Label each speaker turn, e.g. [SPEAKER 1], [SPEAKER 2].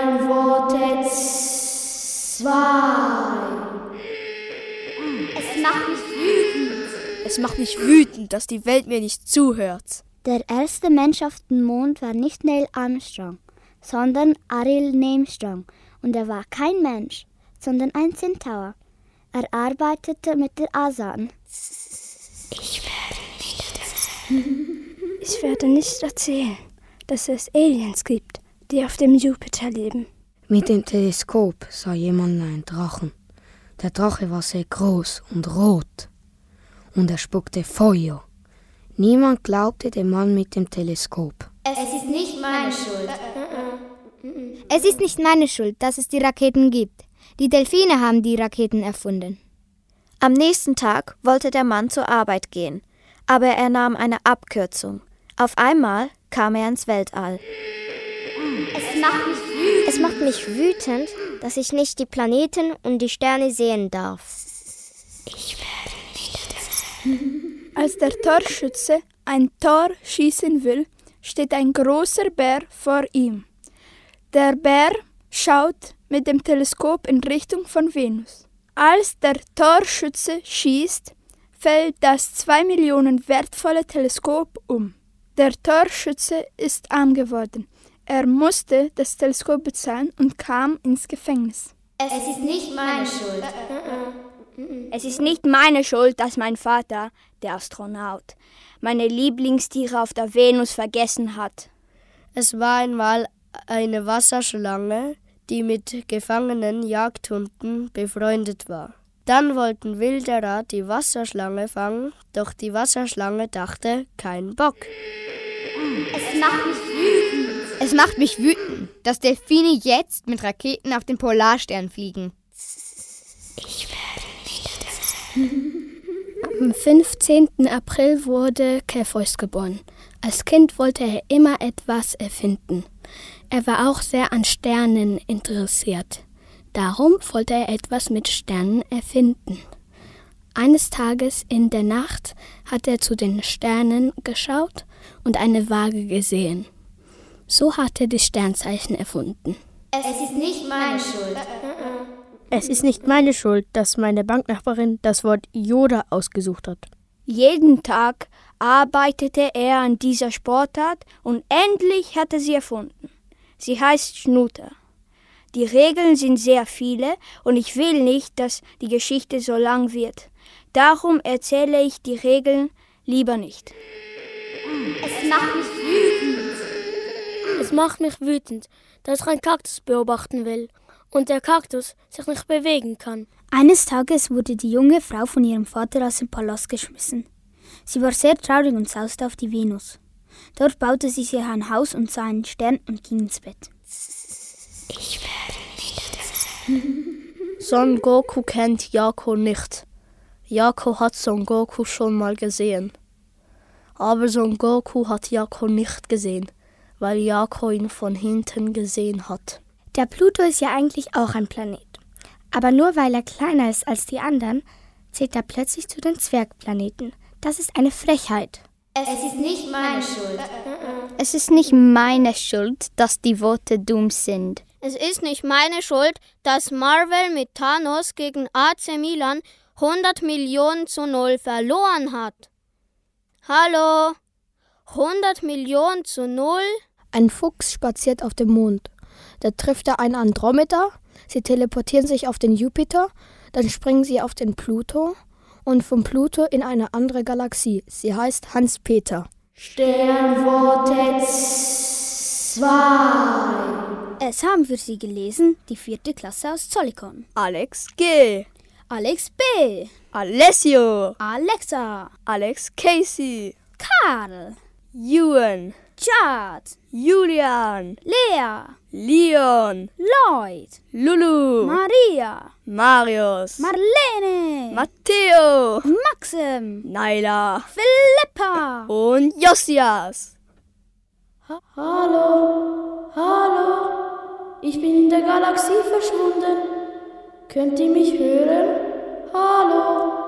[SPEAKER 1] Sternworte 2.
[SPEAKER 2] Es macht mich wütend.
[SPEAKER 3] Es macht mich wütend, dass die Welt mir nicht zuhört.
[SPEAKER 4] Der erste Mensch auf dem Mond war nicht Neil Armstrong, sondern Ariel Armstrong. Und er war kein Mensch, sondern ein Centaur. Er arbeitete mit der ASA.
[SPEAKER 5] Ich werde nicht erzählen, dass es Aliens gibt, die auf dem Jupiter leben.
[SPEAKER 6] Mit dem Teleskop sah jemand einen Drachen. Der Drache war sehr groß und rot. Und er spuckte Feuer. Niemand glaubte dem Mann mit dem Teleskop.
[SPEAKER 2] Es ist nicht meine Schuld.
[SPEAKER 4] Es ist nicht meine Schuld, dass es die Raketen gibt. Die Delfine haben die Raketen erfunden.
[SPEAKER 7] Am nächsten Tag wollte der Mann zur Arbeit gehen, aber er nahm eine Abkürzung. Auf einmal kam er ins Weltall.
[SPEAKER 2] Es macht mich wütend.
[SPEAKER 8] Es macht mich wütend, dass ich nicht die Planeten und die Sterne sehen darf.
[SPEAKER 5] Als der Torschütze ein Tor schießen will, steht ein großer Bär vor ihm. Der Bär schaut mit dem Teleskop in Richtung von Venus. Als der Torschütze schießt, fällt das 2 Millionen wertvolle Teleskop um. Der Torschütze ist arm geworden. Er musste das Teleskop bezahlen und kam ins Gefängnis.
[SPEAKER 2] Es ist nicht meine Schuld.
[SPEAKER 5] Es ist nicht meine Schuld, dass mein Vater, der Astronaut, meine Lieblingstiere auf der Venus vergessen hat.
[SPEAKER 9] Es war einmal eine Wasserschlange, die mit gefangenen Jagdhunden befreundet war. Dann wollten Wilderer die Wasserschlange fangen, doch die Wasserschlange dachte, kein Bock.
[SPEAKER 2] Es macht mich wütend.
[SPEAKER 10] Es macht mich wütend, dass Delfine jetzt mit Raketen auf den Polarstern fliegen.
[SPEAKER 11] Am 15. April wurde Cepheus geboren. Als Kind wollte er immer etwas erfinden. Er war auch sehr an Sternen interessiert. Darum wollte er etwas mit Sternen erfinden. Eines Tages in der Nacht hat er zu den Sternen geschaut und eine Waage gesehen. So hat er die Sternzeichen erfunden.
[SPEAKER 2] Es ist nicht meine Schuld.
[SPEAKER 12] Es ist nicht meine Schuld, dass meine Banknachbarin das Wort Yoda ausgesucht hat.
[SPEAKER 5] Jeden Tag arbeitete er an dieser Sportart und endlich hat er sie erfunden. Sie heißt Schnuter. Die Regeln sind sehr viele und ich will nicht, dass die Geschichte so lang wird. Darum erzähle ich die Regeln lieber nicht.
[SPEAKER 2] Es macht mich wütend.
[SPEAKER 1] Es macht mich wütend, dass ich einen Kaktus beobachten will und der Kaktus sich nicht bewegen kann.
[SPEAKER 4] Eines Tages wurde die junge Frau von ihrem Vater aus dem Palast geschmissen. Sie war sehr traurig und sauste auf die Venus. Dort baute sie sich ein Haus und sah einen Stern und ging ins Bett.
[SPEAKER 3] Son Goku kennt Jako nicht. Jako hat Son Goku schon mal gesehen. Aber Son Goku hat Jako nicht gesehen, weil Jako ihn von hinten gesehen hat.
[SPEAKER 8] Der Pluto ist ja eigentlich auch ein Planet. Aber nur weil er kleiner ist als die anderen, zählt er plötzlich zu den Zwergplaneten. Das ist eine Frechheit.
[SPEAKER 2] Es ist nicht meine Schuld.
[SPEAKER 7] Es ist nicht meine Schuld, dass die Worte dumm sind.
[SPEAKER 13] Es ist nicht meine Schuld, dass Marvel mit Thanos gegen AC Milan 100 Millionen zu null verloren hat. Hallo? 100 Millionen zu null?
[SPEAKER 12] Ein Fuchs spaziert auf dem Mond. Da trifft er einen Andromeda, sie teleportieren sich auf den Jupiter, dann springen sie auf den Pluto und vom Pluto in eine andere Galaxie. Sie heißt Hans-Peter.
[SPEAKER 1] Sternworte 2.
[SPEAKER 8] Es haben für Sie gelesen, die vierte Klasse aus Zollikon.
[SPEAKER 3] Alex G.
[SPEAKER 8] Alex B.
[SPEAKER 3] Alessio.
[SPEAKER 8] Alexa.
[SPEAKER 3] Alex Casey.
[SPEAKER 8] Karl.
[SPEAKER 3] Ewan.
[SPEAKER 8] Chad.
[SPEAKER 3] Julian.
[SPEAKER 8] Lea.
[SPEAKER 3] Leon.
[SPEAKER 8] Lloyd.
[SPEAKER 3] Lulu.
[SPEAKER 8] Maria.
[SPEAKER 3] Marius.
[SPEAKER 8] Marlene.
[SPEAKER 3] Matteo.
[SPEAKER 8] Maxim.
[SPEAKER 3] Naila.
[SPEAKER 8] Philippa.
[SPEAKER 3] Und Josias.
[SPEAKER 1] Hallo, hallo, ich bin in der Galaxie verschwunden. Könnt ihr mich hören? Hallo.